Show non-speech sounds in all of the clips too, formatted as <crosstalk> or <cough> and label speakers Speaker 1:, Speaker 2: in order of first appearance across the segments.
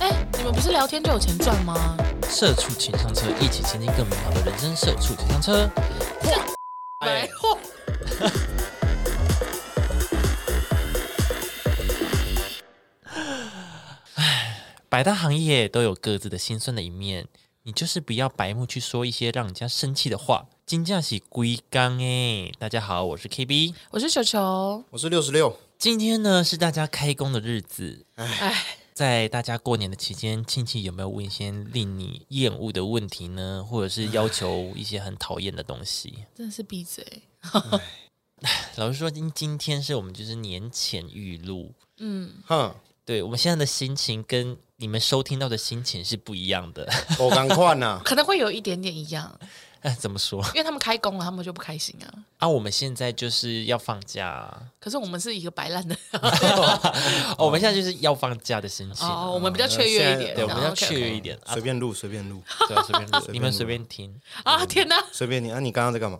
Speaker 1: 哎、你们不是聊天就有钱赚吗？
Speaker 2: 社畜请上车，一起前进更美好的人生。社畜请上车。
Speaker 1: <laughs> 白话。
Speaker 2: 百大行业都有各自的辛酸的一面，你就是不要白目去说一些让人家生气的话。金价是龟缸哎，大家好，我是 KB，
Speaker 1: 我是球球，
Speaker 3: 我是六十六，
Speaker 2: 今天呢是大家开工的日子，
Speaker 1: 哎，
Speaker 2: 在大家过年的期间，亲戚有没有问一些令你厌恶的问题呢？或者是要求一些很讨厌的东西？ <laughs>
Speaker 1: 真的是闭嘴。
Speaker 2: 老实说，今今天是我们就是年前预录，
Speaker 1: 嗯，，
Speaker 3: 哼，
Speaker 2: 对我们现在的心情跟你们收听到的心情是不一样的。 <laughs>
Speaker 3: 我赶快呐 <laughs>
Speaker 1: 可能会有一点点一样，
Speaker 2: 哎怎么说
Speaker 1: 因为他们开工了，他们就不开心啊。
Speaker 2: 啊？我们现在就是要放假 <laughs> 啊、
Speaker 1: 可是我们是一个白烂的
Speaker 2: 哦，我们现在就是要放假的心
Speaker 1: <laughs> <laughs>
Speaker 2: 情。
Speaker 1: 哦，我们比较雀跃一点，哦
Speaker 2: 对，我们
Speaker 1: 然
Speaker 2: 要
Speaker 1: 后
Speaker 2: 雀跃一点 <laughs> 啊
Speaker 3: 随！便录随便录，
Speaker 2: 对啊，随便录，
Speaker 3: 便
Speaker 2: 你们
Speaker 3: 录
Speaker 2: 随便听。
Speaker 1: 啊！天哪，
Speaker 3: 随便你啊，你刚刚在干嘛？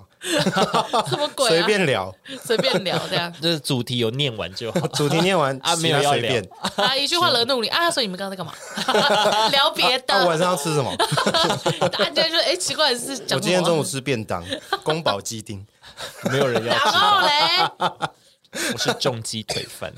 Speaker 1: 什么鬼、啊？
Speaker 3: 随便聊，
Speaker 1: 随便聊这样
Speaker 2: 就是主题有念完就好。
Speaker 3: 主题念完
Speaker 2: 啊
Speaker 3: 其
Speaker 2: 没有
Speaker 3: 他
Speaker 2: 要
Speaker 3: 随
Speaker 1: <laughs>
Speaker 3: 便。
Speaker 1: <laughs> 啊，一句话惹怒你啊！所以你们刚刚在干嘛？ <laughs> 聊别的。
Speaker 3: 那啊
Speaker 1: <laughs>
Speaker 3: 晚上要吃什么？
Speaker 1: 答案就会说，哎、奇怪的是讲什么
Speaker 3: 我今天中午吃便当，宫保鸡丁。
Speaker 2: 没有人要
Speaker 1: 然
Speaker 2: 吃，
Speaker 1: 后 <laughs> 嘞，
Speaker 2: 我是重击腿饭。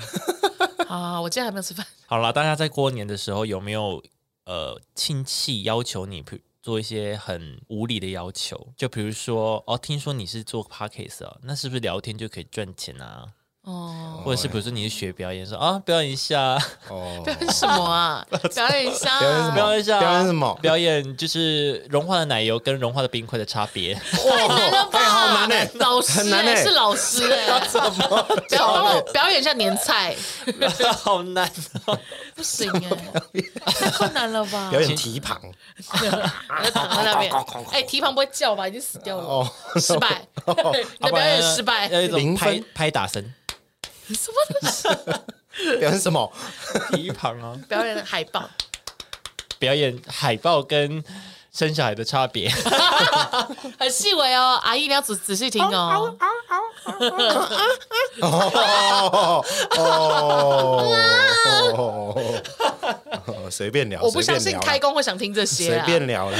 Speaker 1: 啊，我今天还没有吃饭。
Speaker 2: 好了，大家在过年的时候有没有呃亲戚要求你譬如做一些很无理的要求？就比如说哦，听说你是做 podcast 啊，那是不是聊天就可以赚钱啊？
Speaker 1: 哦，
Speaker 2: 或者是比如说你是学表演，说啊表演一下，
Speaker 1: <laughs>
Speaker 3: 哦，
Speaker 1: 表演什么啊？ <laughs> 表演一下啊。
Speaker 3: 表演什
Speaker 2: <laughs>
Speaker 3: 么
Speaker 2: 表演一下，
Speaker 3: 表演什么
Speaker 2: 表演就是融化的奶油跟融化的冰块的差别。
Speaker 1: 太难了吧？
Speaker 3: 哎好难欸
Speaker 1: 老师、欸、
Speaker 3: 很难欸
Speaker 1: 是老师
Speaker 3: <laughs>
Speaker 1: 哎、欸，不要帮我表演一下年菜，
Speaker 2: 好 <laughs> 难哦！
Speaker 1: 不行哎、太困难了吧？
Speaker 3: 表演蹄膀。
Speaker 1: 我就躺在那边，哎、蹄膀不会叫吧？已经死掉了，
Speaker 3: 哦，
Speaker 1: 失败， <laughs> 你的表演失败，
Speaker 2: 要一种
Speaker 3: 零
Speaker 2: 拍
Speaker 3: 分
Speaker 2: 拍打声，
Speaker 1: 什么东西？
Speaker 3: 表演什么？
Speaker 2: 蹄膀啊，
Speaker 1: 表演海报，
Speaker 2: 表演海报跟生小孩的差别。
Speaker 1: 很细微哦，阿姨你要仔仔细听哦。
Speaker 3: 哦哦哦，随便聊，
Speaker 1: 我不相信
Speaker 3: 随便聊啦
Speaker 1: 开工会想听这些
Speaker 3: 随
Speaker 1: 啊！
Speaker 3: 便
Speaker 1: <laughs>
Speaker 3: 聊了。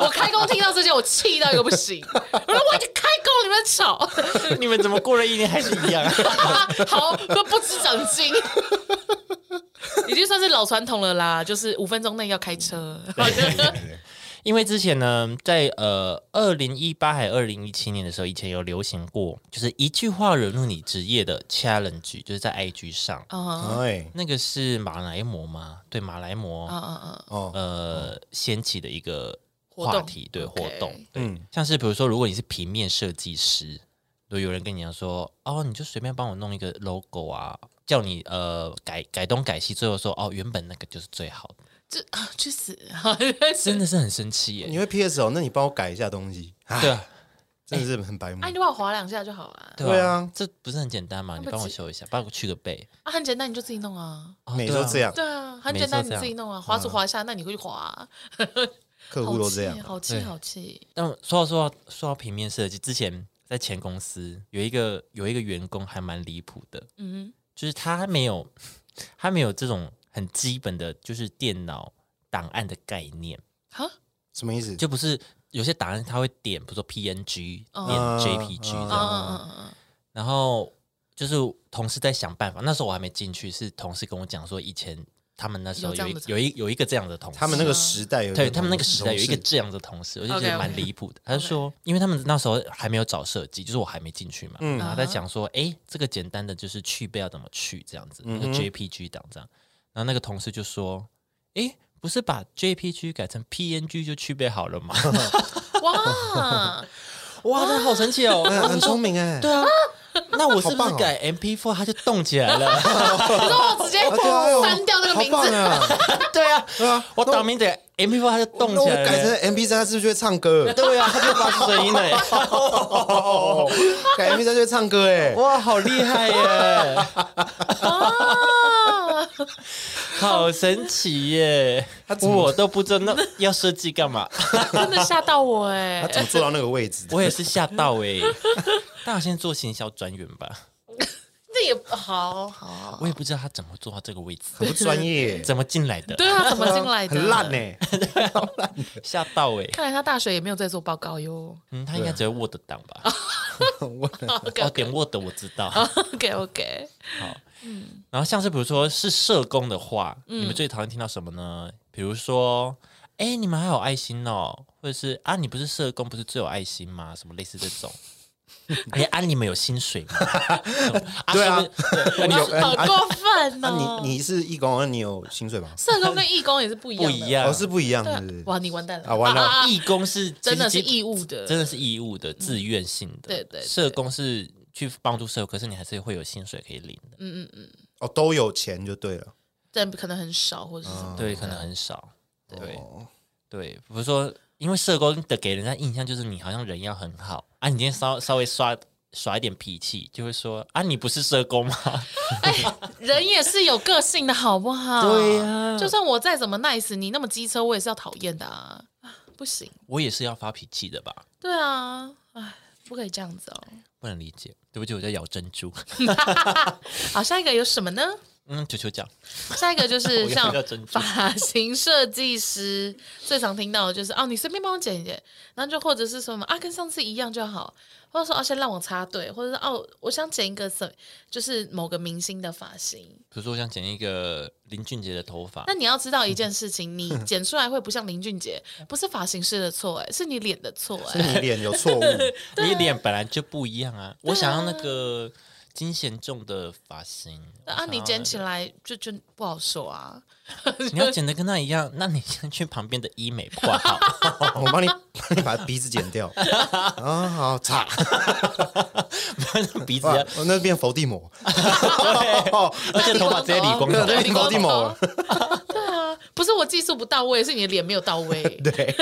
Speaker 1: 我开工听到这些，我气到一个不
Speaker 3: <laughs>
Speaker 1: 行。我说我已经开工，你们吵。
Speaker 2: 你们怎么过了一年还是一样、啊？
Speaker 1: <laughs> 好，不不知长进， <laughs> 已经算是老传统了啦，就是五分钟内要开车。 <laughs>
Speaker 2: 因为之前呢，在呃二零一八还二零一七年的时候，以前有流行过，就是一句话惹怒你职业的 challenge，就是在 IG 上，
Speaker 1: 啊
Speaker 3: 哎，
Speaker 2: 那个是马来模吗？对，马来模、
Speaker 1: 啊啊！
Speaker 3: 哦，
Speaker 2: 呃掀起的一个
Speaker 1: 活动
Speaker 2: 话题，对
Speaker 1: OK
Speaker 2: 活动，对，
Speaker 3: 嗯
Speaker 2: 像是比如说，如果你是平面设计师，如果有人跟你讲说，哦，你就随便帮我弄一个 logo 啊，叫你呃改改东改西，最后说哦，原本那个就是最好的，
Speaker 1: 这啊去死！ <laughs> 啊
Speaker 2: 真的是很生气耶，
Speaker 3: 你会 PS 哦？那你帮我改一下东西。哎
Speaker 2: 对啊。
Speaker 3: 真的是很白目
Speaker 1: 啊，。你就帮我划两下就好了。
Speaker 2: 对
Speaker 3: 对
Speaker 2: 啊
Speaker 3: 啊，
Speaker 2: 这不是很简单吗？你
Speaker 1: 不
Speaker 2: 帮我
Speaker 1: 止
Speaker 2: 修一下，帮我去个背。
Speaker 1: 啊，很简单，你就自己弄啊。
Speaker 2: 哦
Speaker 3: <laughs> 每
Speaker 2: 对
Speaker 3: 周
Speaker 2: 啊
Speaker 3: 这样，
Speaker 1: 对啊，很简单，你自己弄啊。划着划一下，那你会去划。啊
Speaker 3: 客户
Speaker 1: 好
Speaker 3: 嗯都
Speaker 1: 气
Speaker 3: 这样，。
Speaker 1: 好气，好气！
Speaker 2: 但说到说到说到平面设计，之前在前公司有一个有一个员工还蛮离谱的，
Speaker 1: 嗯，
Speaker 2: 就是他没有他没有这种很基本的就是电脑档案的概念，
Speaker 1: 好，
Speaker 3: 什么意思？
Speaker 2: 就不是有些档案他会点，比如说 PNG
Speaker 1: 哦
Speaker 2: 点
Speaker 3: 啊
Speaker 2: JPG 这
Speaker 1: 嗯
Speaker 2: 样，
Speaker 1: 嗯嗯嗯，
Speaker 2: 然后就是同事在想办法。那时候我还没进去，是同事跟我讲说以前。他们那时候
Speaker 1: 有这
Speaker 2: 有
Speaker 1: 样
Speaker 2: 一
Speaker 1: 的
Speaker 2: 有一有一个这样的同事，
Speaker 3: 他们那个时代有一
Speaker 2: 啊对他们那个
Speaker 3: 同事
Speaker 2: 时代有一个这样的同事，我就觉
Speaker 1: OK，OK
Speaker 2: 得蛮离谱的。他就说，因为他们那时候还没有找设计，就是我还没进去嘛，
Speaker 3: 嗯
Speaker 2: 然后在讲说，哎，这个简单的就是去背要怎么去这样子，
Speaker 3: 嗯
Speaker 2: 那个 JPG 档这样。然后那个同事就说，哎，不是把 JPG 改成 PNG 就去背好了
Speaker 3: <laughs>
Speaker 2: 吗？
Speaker 1: 嗯哇，
Speaker 2: 哇，这好神奇哦！
Speaker 3: 嗯 <laughs> 很聪明哎，
Speaker 2: 对啊，那我是不
Speaker 3: 好
Speaker 2: 是
Speaker 3: 棒哦
Speaker 2: 改 MP4 它就动起来
Speaker 3: <laughs>
Speaker 2: 了？
Speaker 1: 你说我直接
Speaker 3: 啊对啊，哎呦
Speaker 1: 删掉那个名
Speaker 3: 好棒
Speaker 1: 字，
Speaker 3: 啊！
Speaker 2: 对啊，
Speaker 3: 对啊，
Speaker 2: 我打名字 MP4 它就 <laughs> 动
Speaker 3: 那我
Speaker 2: 起来
Speaker 3: 改成
Speaker 2: 了。
Speaker 3: MP 三，是不是就会
Speaker 2: <laughs>
Speaker 3: 唱歌？
Speaker 2: 对啊，它就发出声音
Speaker 3: <laughs>
Speaker 2: 了耶。
Speaker 3: 哦，改 MP 三就会唱歌哎，
Speaker 2: 哇，好厉害耶！
Speaker 1: 啊！
Speaker 2: 好神奇耶！我都不知道那要设计干
Speaker 3: <laughs>
Speaker 2: 嘛，
Speaker 1: 真的吓到我哎
Speaker 3: 他！怎么坐到那个位置的？欸
Speaker 2: 我也是吓到哎。大家先做行销专员吧，
Speaker 1: 那也好
Speaker 3: 啊
Speaker 1: 好，
Speaker 2: 我也不知道他怎么做到这个位置，
Speaker 3: 很不专业，
Speaker 2: 怎么进来
Speaker 1: <laughs>
Speaker 2: 的，
Speaker 1: 对啊，怎么进来的？嗯
Speaker 3: 很烂哎呢。
Speaker 2: 吓到哎、
Speaker 1: 看来他大学也没有在做报告 <laughs> 哟。
Speaker 2: 嗯，他应
Speaker 3: 啊
Speaker 2: 该只会 Word 档吧？
Speaker 3: 我
Speaker 2: 哦，点 Word 我知
Speaker 1: 哦
Speaker 2: 道。
Speaker 3: 啊
Speaker 1: OK OK，
Speaker 2: 然后像是比如说是社工的话，
Speaker 3: 嗯
Speaker 2: 你们最讨厌听到什么呢？比如说，哎，你们还有爱心哦，或者是啊，你不是社工，不是最有爱心吗？什么类似这
Speaker 3: <laughs>
Speaker 2: 种。哎，啊，你们有薪水吗？啊
Speaker 3: 对啊
Speaker 2: 说不定
Speaker 3: 那你有
Speaker 1: 好
Speaker 3: 啊
Speaker 1: 过分
Speaker 3: 啊
Speaker 1: 哦！
Speaker 3: 你你是义工，那你有薪水吗？
Speaker 1: 社工跟义工也是不一样，
Speaker 2: 不一。样，
Speaker 3: 哦，是不一样
Speaker 1: 对
Speaker 3: 的
Speaker 1: 啊，哇，你完蛋了
Speaker 3: 啊完了
Speaker 1: 啊啊
Speaker 2: 义工是
Speaker 1: 真的是
Speaker 2: 其实基
Speaker 1: 义务的，
Speaker 2: 真的是义务的、自愿性的。
Speaker 1: 对对对
Speaker 2: 社工是去帮助社会，可是你还是会有薪水可以领的。
Speaker 1: 嗯
Speaker 3: 哦，都有钱就对了。
Speaker 1: 但可能很少或者是什么。
Speaker 2: 对，可能很少。对
Speaker 3: 哦
Speaker 2: 对，比如说，因为社工的给人家印象就是你好像人要很好啊，你今
Speaker 1: <laughs>
Speaker 2: 天稍稍微刷耍一点脾气，就会说啊，你不是社工吗？ <laughs>
Speaker 1: 哎，人也是有个性的好不好？
Speaker 2: 对呀
Speaker 1: 就算我再怎么 nice，你那么机车，我也是要讨厌的啊！啊不行，
Speaker 2: 我也是要发脾气的吧？
Speaker 1: 对啊，哎，不可以这样子哦。
Speaker 2: 不能理解，对不起，我在咬珍珠。
Speaker 1: 好，下一个有什么呢？
Speaker 2: 嗯，球球讲，
Speaker 1: 下一个就是
Speaker 2: <laughs> 我要
Speaker 1: 像
Speaker 2: 不要珍珠
Speaker 1: 发型设计师最常听到的就是哦，你随便帮我剪一剪，然后就或者是什么啊，跟上次一样就好，或者说哦，先让我插队，或者是哦，我想剪一个什，就是某个明星的发型。
Speaker 2: 比如说我想剪一个林俊杰的头发
Speaker 1: 那，你要知道一件事情，你剪出来会不像林俊
Speaker 2: <laughs>
Speaker 1: 杰，不是发型师的错，哎，是你脸的错，
Speaker 3: 是
Speaker 1: 哎，
Speaker 3: 你脸有
Speaker 2: <laughs>
Speaker 3: 错误，
Speaker 2: 你脸本来就不一样啊。我想要那个金贤重的发型我
Speaker 1: 啊，
Speaker 2: 想
Speaker 1: 你
Speaker 2: 要
Speaker 1: 剪起来就就不好说啊。
Speaker 2: 你要剪得跟他一样，那你先去旁边的医美挂号。 <laughs>
Speaker 3: 哦我帮你 <laughs> 帮你把鼻子剪掉啊，好
Speaker 2: <laughs>
Speaker 3: 擦，
Speaker 2: 鼻子
Speaker 3: 哇
Speaker 2: 要，
Speaker 3: 我那变伏地魔，
Speaker 2: <laughs> 而且头发直接理光头。
Speaker 3: 对
Speaker 1: 理光
Speaker 3: 理光
Speaker 1: 头。对啊，不是我技术不到位，是你的脸没有到位。
Speaker 3: <laughs> 对，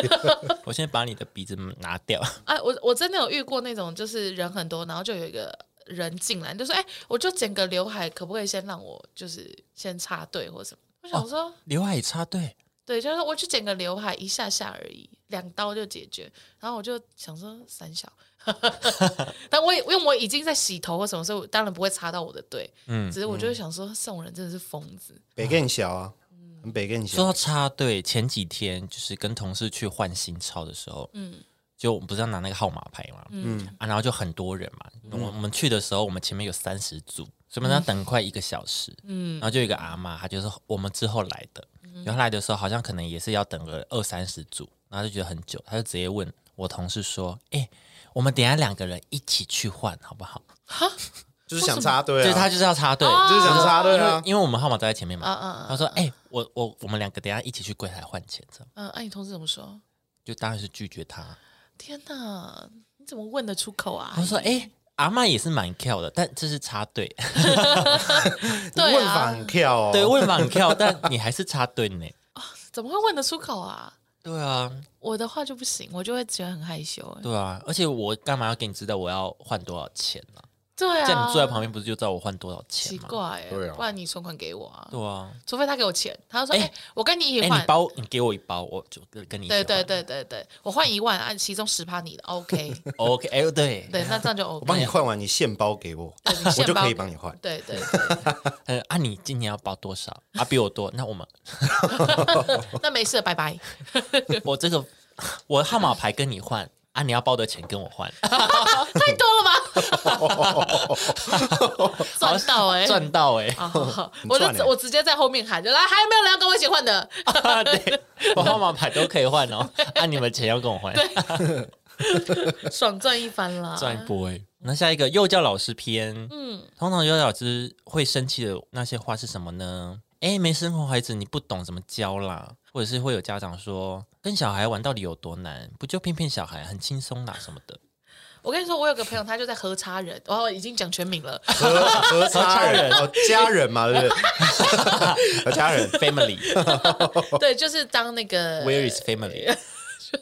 Speaker 2: 我先把你的鼻子拿掉，
Speaker 1: 哎，我我真的有遇过那种，就是人很多，然后就有一个人进来，就说：“哎、我就剪个刘海，可不可以先让我就是先插队或什么？”我
Speaker 2: 哦
Speaker 1: 想说，
Speaker 2: <laughs> 刘海插队，
Speaker 1: 对，就是说我去剪个刘海一下下而已，两刀就解决。然后我就想说三
Speaker 2: <laughs>
Speaker 1: 小， <laughs> 但我也因为我已经在洗头或什么，所以我当然不会插到我的队。
Speaker 2: 嗯
Speaker 1: 只是我就会想说，送人真的是疯子。
Speaker 3: 北更小啊，很北更
Speaker 2: 说
Speaker 3: 小
Speaker 2: 到，插队，前几天就是跟同事去换新钞的时候，嗯，就我们不是要拿那个号码牌嘛，嗯啊，然后就很多人嘛，我、我们去的时候，我们前面有三十组，所以我们要等快一个小时，嗯，然后就有一个阿妈，她就是我们之后来的，然后她来的时候好像可能也是要等个二三十组，然后就觉得很久，她就直接问我同事说，哎、我们等一下两个人一起去换好不好？
Speaker 3: 就是想插队
Speaker 2: 所以
Speaker 3: 啊，
Speaker 2: 他就是要插队，
Speaker 3: 就是想插队啊，
Speaker 2: 因为我们号码都在前面
Speaker 1: 啊啊
Speaker 2: 嘛。他说：“哎、我我我们两个等一下一起去柜台换钱，这样
Speaker 1: 嗯，哎、你同事怎么说？
Speaker 2: 就当然是拒绝
Speaker 1: 啊
Speaker 2: 他。
Speaker 1: 天哪，你怎么问得出口啊
Speaker 2: 他？说：‘哎、阿嬷也是蛮跳的，但这是插队，
Speaker 3: 你
Speaker 1: 对
Speaker 3: 问法
Speaker 1: 啊，
Speaker 3: 很跳哦，
Speaker 2: 对，问蛮跳，但你还是插队呢。
Speaker 1: 怎么会问得出口啊？
Speaker 2: 对啊，
Speaker 1: 我的话就不行，我就会觉得很害羞、哎，
Speaker 2: 对啊，而且我干嘛要给你知道我要换多少钱呢、
Speaker 1: 对啊，
Speaker 2: 这样你坐在旁边不是就知道我换多少钱
Speaker 1: 奇
Speaker 2: 吗？
Speaker 1: 怪、哎，
Speaker 3: 对啊
Speaker 1: 不然你存款给我啊，
Speaker 2: 对啊，
Speaker 1: 除非他给我钱，他就说，哎、
Speaker 2: 哎
Speaker 1: 我跟你一
Speaker 2: 哎、
Speaker 1: 起换。
Speaker 2: 你包你给我一包，我就跟你一起
Speaker 1: 对
Speaker 2: 换
Speaker 1: 对对对对，我换一万，按其中十趴你的，OK，
Speaker 2: <laughs> ，OK，哎、对，
Speaker 1: 对，那这样就
Speaker 3: 我
Speaker 1: OK。
Speaker 3: 帮你换完，你现包给我，
Speaker 1: 对，你
Speaker 3: 我
Speaker 1: 现
Speaker 3: 就
Speaker 1: 包
Speaker 3: 可以帮你换。
Speaker 1: 对对对，
Speaker 2: 呃啊，你今年要包多少啊？比我多，那我
Speaker 1: <laughs>
Speaker 2: 们
Speaker 1: 那没事，拜拜。
Speaker 2: 我这个我号码牌跟你换啊，你要包的钱跟我换，
Speaker 1: 啊太多了吧？
Speaker 2: <laughs>
Speaker 1: 赚到哎、欸！
Speaker 2: 赚到哎、
Speaker 3: <laughs>
Speaker 1: 好好
Speaker 2: <laughs>
Speaker 1: 好，
Speaker 3: 很
Speaker 1: 我
Speaker 3: 赚
Speaker 1: 就
Speaker 3: 欸
Speaker 1: 我直接在后面喊，就来，还有没有人要跟我一起换的？
Speaker 2: 对，我号码牌都可以换哦，啊，你们钱要跟我换，
Speaker 3: 啊
Speaker 1: 爽赚一番啦！
Speaker 2: 赚一波哎、那下一个幼教老师篇，嗯，通常幼教老师会生气的那些话是什么呢？哎，没生活孩子，你不懂怎么教啦，或者是会有家长说，跟小孩玩到底有多难？不就骗骗小孩，很轻松啦什么的。
Speaker 1: 我跟你说，我有个朋友，他就在和差人，哇，我已经讲全名
Speaker 2: <laughs>
Speaker 1: 了。
Speaker 3: 和和家人哦，家人嘛，对不对？和家
Speaker 2: <laughs>
Speaker 3: 人 <laughs>
Speaker 2: Family，Where
Speaker 1: 对，就是当那个
Speaker 2: is family？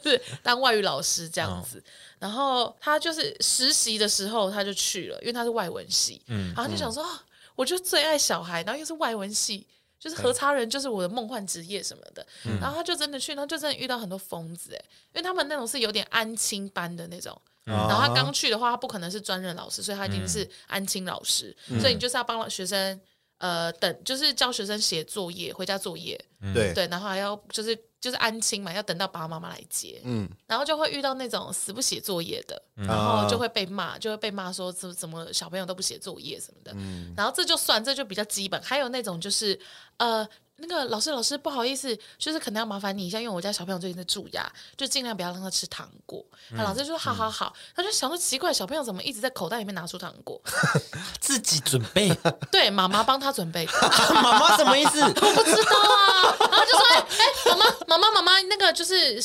Speaker 1: 就是当外语老师这样子。然后他就是实习的时候他就去了，因为他是外文系，然后他就想说、啊我就最爱小孩，然后又是外文系。就是和差人，就是我的梦幻职业什么的。欸然后他就真的去，然后就真的遇到很多疯子哎，因为他们那种是有点安亲班的那种，
Speaker 3: 哦啊
Speaker 1: 然后他刚去的话，他不可能是专任老师，所以他一定是安亲老师，所以你就是要帮学生呃等，就是教学生写作业、回家作业，
Speaker 3: 对
Speaker 1: 对，然后还要就是就是安亲嘛，要等到爸爸妈妈来接，
Speaker 3: 嗯
Speaker 1: 然后就会遇到那种死不写作业的，嗯然
Speaker 3: 啊
Speaker 1: 后就会被骂，就会被骂说怎么怎么小朋友都不写作业什么的。然后这就算，这就比较基本。还有那种就是呃。那个老师，老师不好意思，就是可能要麻烦你一下，因为我家小朋友最近在蛀牙，就尽量不要让他吃糖果。那老师就说好好好，他就想说奇怪，小朋友怎么一直在口袋里面拿出糖果？ <laughs>
Speaker 2: 自己准备， <laughs>
Speaker 1: 对，妈妈帮他准备的。
Speaker 2: 妈妈什么意思？
Speaker 1: 不知道啊。然后就说，哎、哎，妈妈妈妈妈妈，那个就是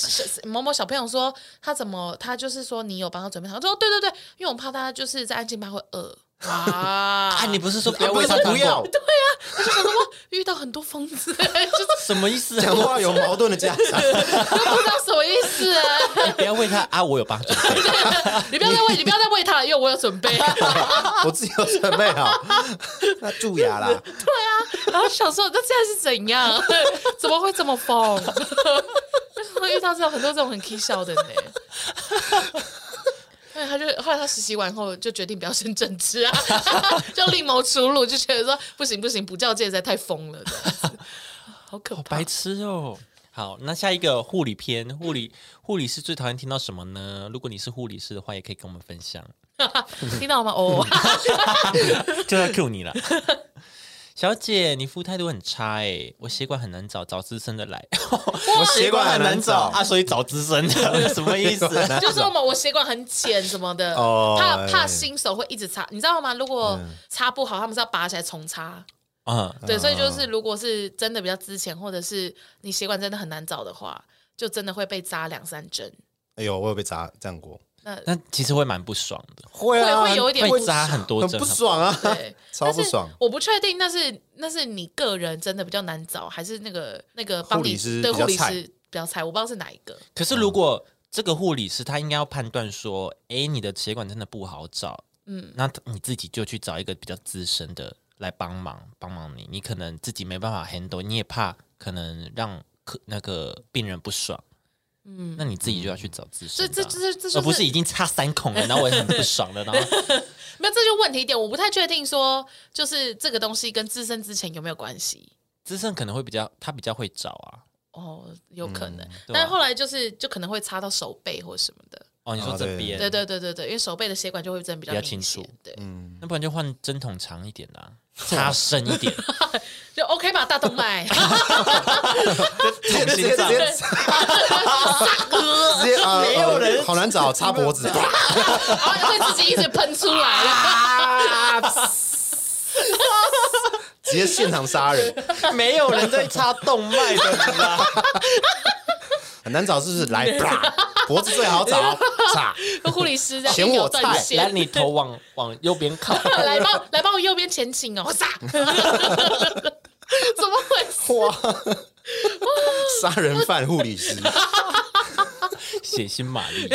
Speaker 1: 某某小朋友说他怎么，他就是说你有帮他准备糖，我说哦对对对，因为我怕他就是在安静班会饿。啊！
Speaker 2: 啊，你不是说不
Speaker 3: 啊
Speaker 2: 要
Speaker 3: 不
Speaker 2: 喂
Speaker 3: 是
Speaker 2: 他糖
Speaker 3: 不要
Speaker 2: 果，
Speaker 1: 遇到很多疯子， <laughs> 就是
Speaker 2: 什么意思啊？
Speaker 3: 讲话有矛盾的家长，
Speaker 1: 不知道什么意思、啊
Speaker 2: 你不要喂他啊，我有帮他准备。
Speaker 1: 你不要再喂，你不要再喂他了，因为我有准备。
Speaker 3: 我自己有准备好，那蛀牙啦，
Speaker 1: 然后想说，那现在是怎样？ <laughs> 怎么会这么疯？ <laughs> 会遇到这种很多这种很 k 笑的呢？ <laughs> 后来他就后来他实习完后就决定不要升正职啊， <laughs> 就另谋出路，就觉得说不行不行，补教界实在太疯了，这样子好可
Speaker 2: 好
Speaker 1: 怕
Speaker 2: 白。痴哦。好，那下一个护理篇，护理护理师最讨厌听到什么呢？如果你是护理师的话，也可以跟我们分享。
Speaker 1: 听到了吗？哦，
Speaker 2: 就要 Q 你了， <laughs> 小姐，你服务态度很差哎、我血管很难找，找资深的来。
Speaker 3: 嗯我血
Speaker 1: <laughs>
Speaker 3: 管很难找
Speaker 2: <laughs> 啊，所以找资深的 <laughs> 什么意思？
Speaker 1: 就说嘛，我血管很浅什么的，
Speaker 3: 哦
Speaker 1: 怕
Speaker 3: 哎嗯
Speaker 1: 怕新手会一直插，你知道吗？如果插不好，他们是要拔起来重插。
Speaker 2: 嗯，
Speaker 1: 对，所以就是如果是真的比较之前，或者是你血管真的很难找的话，就真的会被扎两三针。
Speaker 3: 哎呦，我有被扎这样过，
Speaker 1: 那
Speaker 2: 那其实会蛮不爽的，
Speaker 3: 会
Speaker 1: 啊会有一点
Speaker 2: 会扎很多
Speaker 3: 很
Speaker 2: 针
Speaker 3: 不。爽啊，
Speaker 1: 对，
Speaker 3: 超不爽
Speaker 1: 但是我不确定那是那是你个人真的比较难找，还是那个那个帮
Speaker 3: 护
Speaker 1: 你
Speaker 3: 理师
Speaker 1: 对
Speaker 3: 比较
Speaker 1: 护理
Speaker 3: 菜
Speaker 1: 师比较菜，我不知道是哪一个。
Speaker 2: 可是如果这个护理师他应该要判断说，哎，你的血管真的不好找，嗯，那你自己就去找一个比较资深的来帮忙帮忙你，你可能自己没办法 handle，你也怕可能让客那个病人不爽。嗯，那你自己就要去找资
Speaker 1: 这
Speaker 2: 深的
Speaker 1: 这
Speaker 2: 啊、
Speaker 1: 这这
Speaker 2: 而
Speaker 1: 就
Speaker 2: 不是已经差三孔了，然后我也很不爽了，
Speaker 1: <laughs>
Speaker 2: 然后
Speaker 1: 没有，这就问题一点，我不太确定说就是这个东西跟自身之前有没有关系。
Speaker 2: 资深可能会比较，他比较会找啊。
Speaker 1: 哦，有可能，
Speaker 2: 对
Speaker 1: 但
Speaker 2: 啊
Speaker 1: 后来就是就可能会插到手背或什么的，
Speaker 2: 哦，你说
Speaker 3: 哦
Speaker 2: 这
Speaker 3: 对
Speaker 2: 边，
Speaker 1: 对对对对对，因为手背的血管就会真的比较
Speaker 2: 比较
Speaker 1: 明
Speaker 2: 清
Speaker 1: 显
Speaker 2: 楚，
Speaker 1: 对，
Speaker 3: 嗯
Speaker 2: 那不然就换针筒长一点啦、
Speaker 1: <laughs> 啊
Speaker 2: 插深一点，
Speaker 1: 就 OK 吧，大动脉。 <laughs>
Speaker 3: 直接直接直接啊，没有人好难找，擦脖子，
Speaker 1: 然后会自己一直喷出来啦。
Speaker 3: 直接现场杀人，
Speaker 2: 没有人在插动脉的啦。
Speaker 3: 很难找是不是？来，啪脖子最好找，擦，
Speaker 1: 护理师在
Speaker 3: 嫌我
Speaker 1: 断
Speaker 3: 菜
Speaker 1: 线
Speaker 2: 来，你头往往右边靠。
Speaker 1: 来帮来帮我右边前倾哦，啥？怎么回事？
Speaker 3: 哇，杀人犯护理师，
Speaker 2: 血腥玛
Speaker 1: <laughs>
Speaker 2: 丽。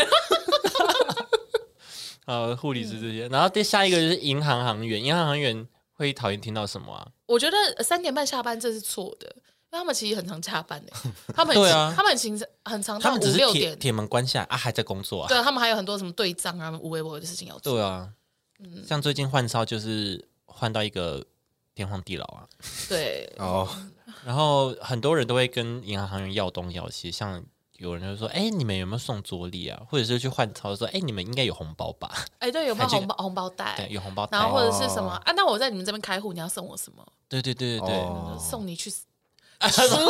Speaker 2: 呃，护理师这些，然后第下一个就是银行行员，银行行员会讨厌听到什么啊？
Speaker 1: 我觉得三点半下班这是错的，因为他们其实很常下班的，他们
Speaker 2: 对啊
Speaker 1: 他们很勤很常
Speaker 2: 他
Speaker 1: 到五
Speaker 2: 们只是
Speaker 1: 六
Speaker 2: 铁
Speaker 1: 点，
Speaker 2: 铁门关下来啊，还在工作啊？
Speaker 1: 对他们还有很多什么对账啊、无微博的事情要做。
Speaker 2: 对啊，
Speaker 1: 嗯
Speaker 2: 像最近换烧就是换到一个天荒地老啊，
Speaker 1: 对，
Speaker 3: 哦，
Speaker 2: 然后很多人都会跟银行行员要东要西，像有人就说：“哎，你们有没有送桌历啊？”或者是去换钞说：“哎，你们应该有红包吧
Speaker 1: 哎，对，有没有
Speaker 2: 还这个
Speaker 1: 红包红包？”
Speaker 2: 对，
Speaker 1: 袋？
Speaker 2: 有红包哦袋
Speaker 1: 哎然。后或者是什么啊？那我在你们这边开户，你要送我什么？
Speaker 2: 对对对对对，
Speaker 3: 哦
Speaker 1: 送你
Speaker 2: <laughs>
Speaker 1: 去死，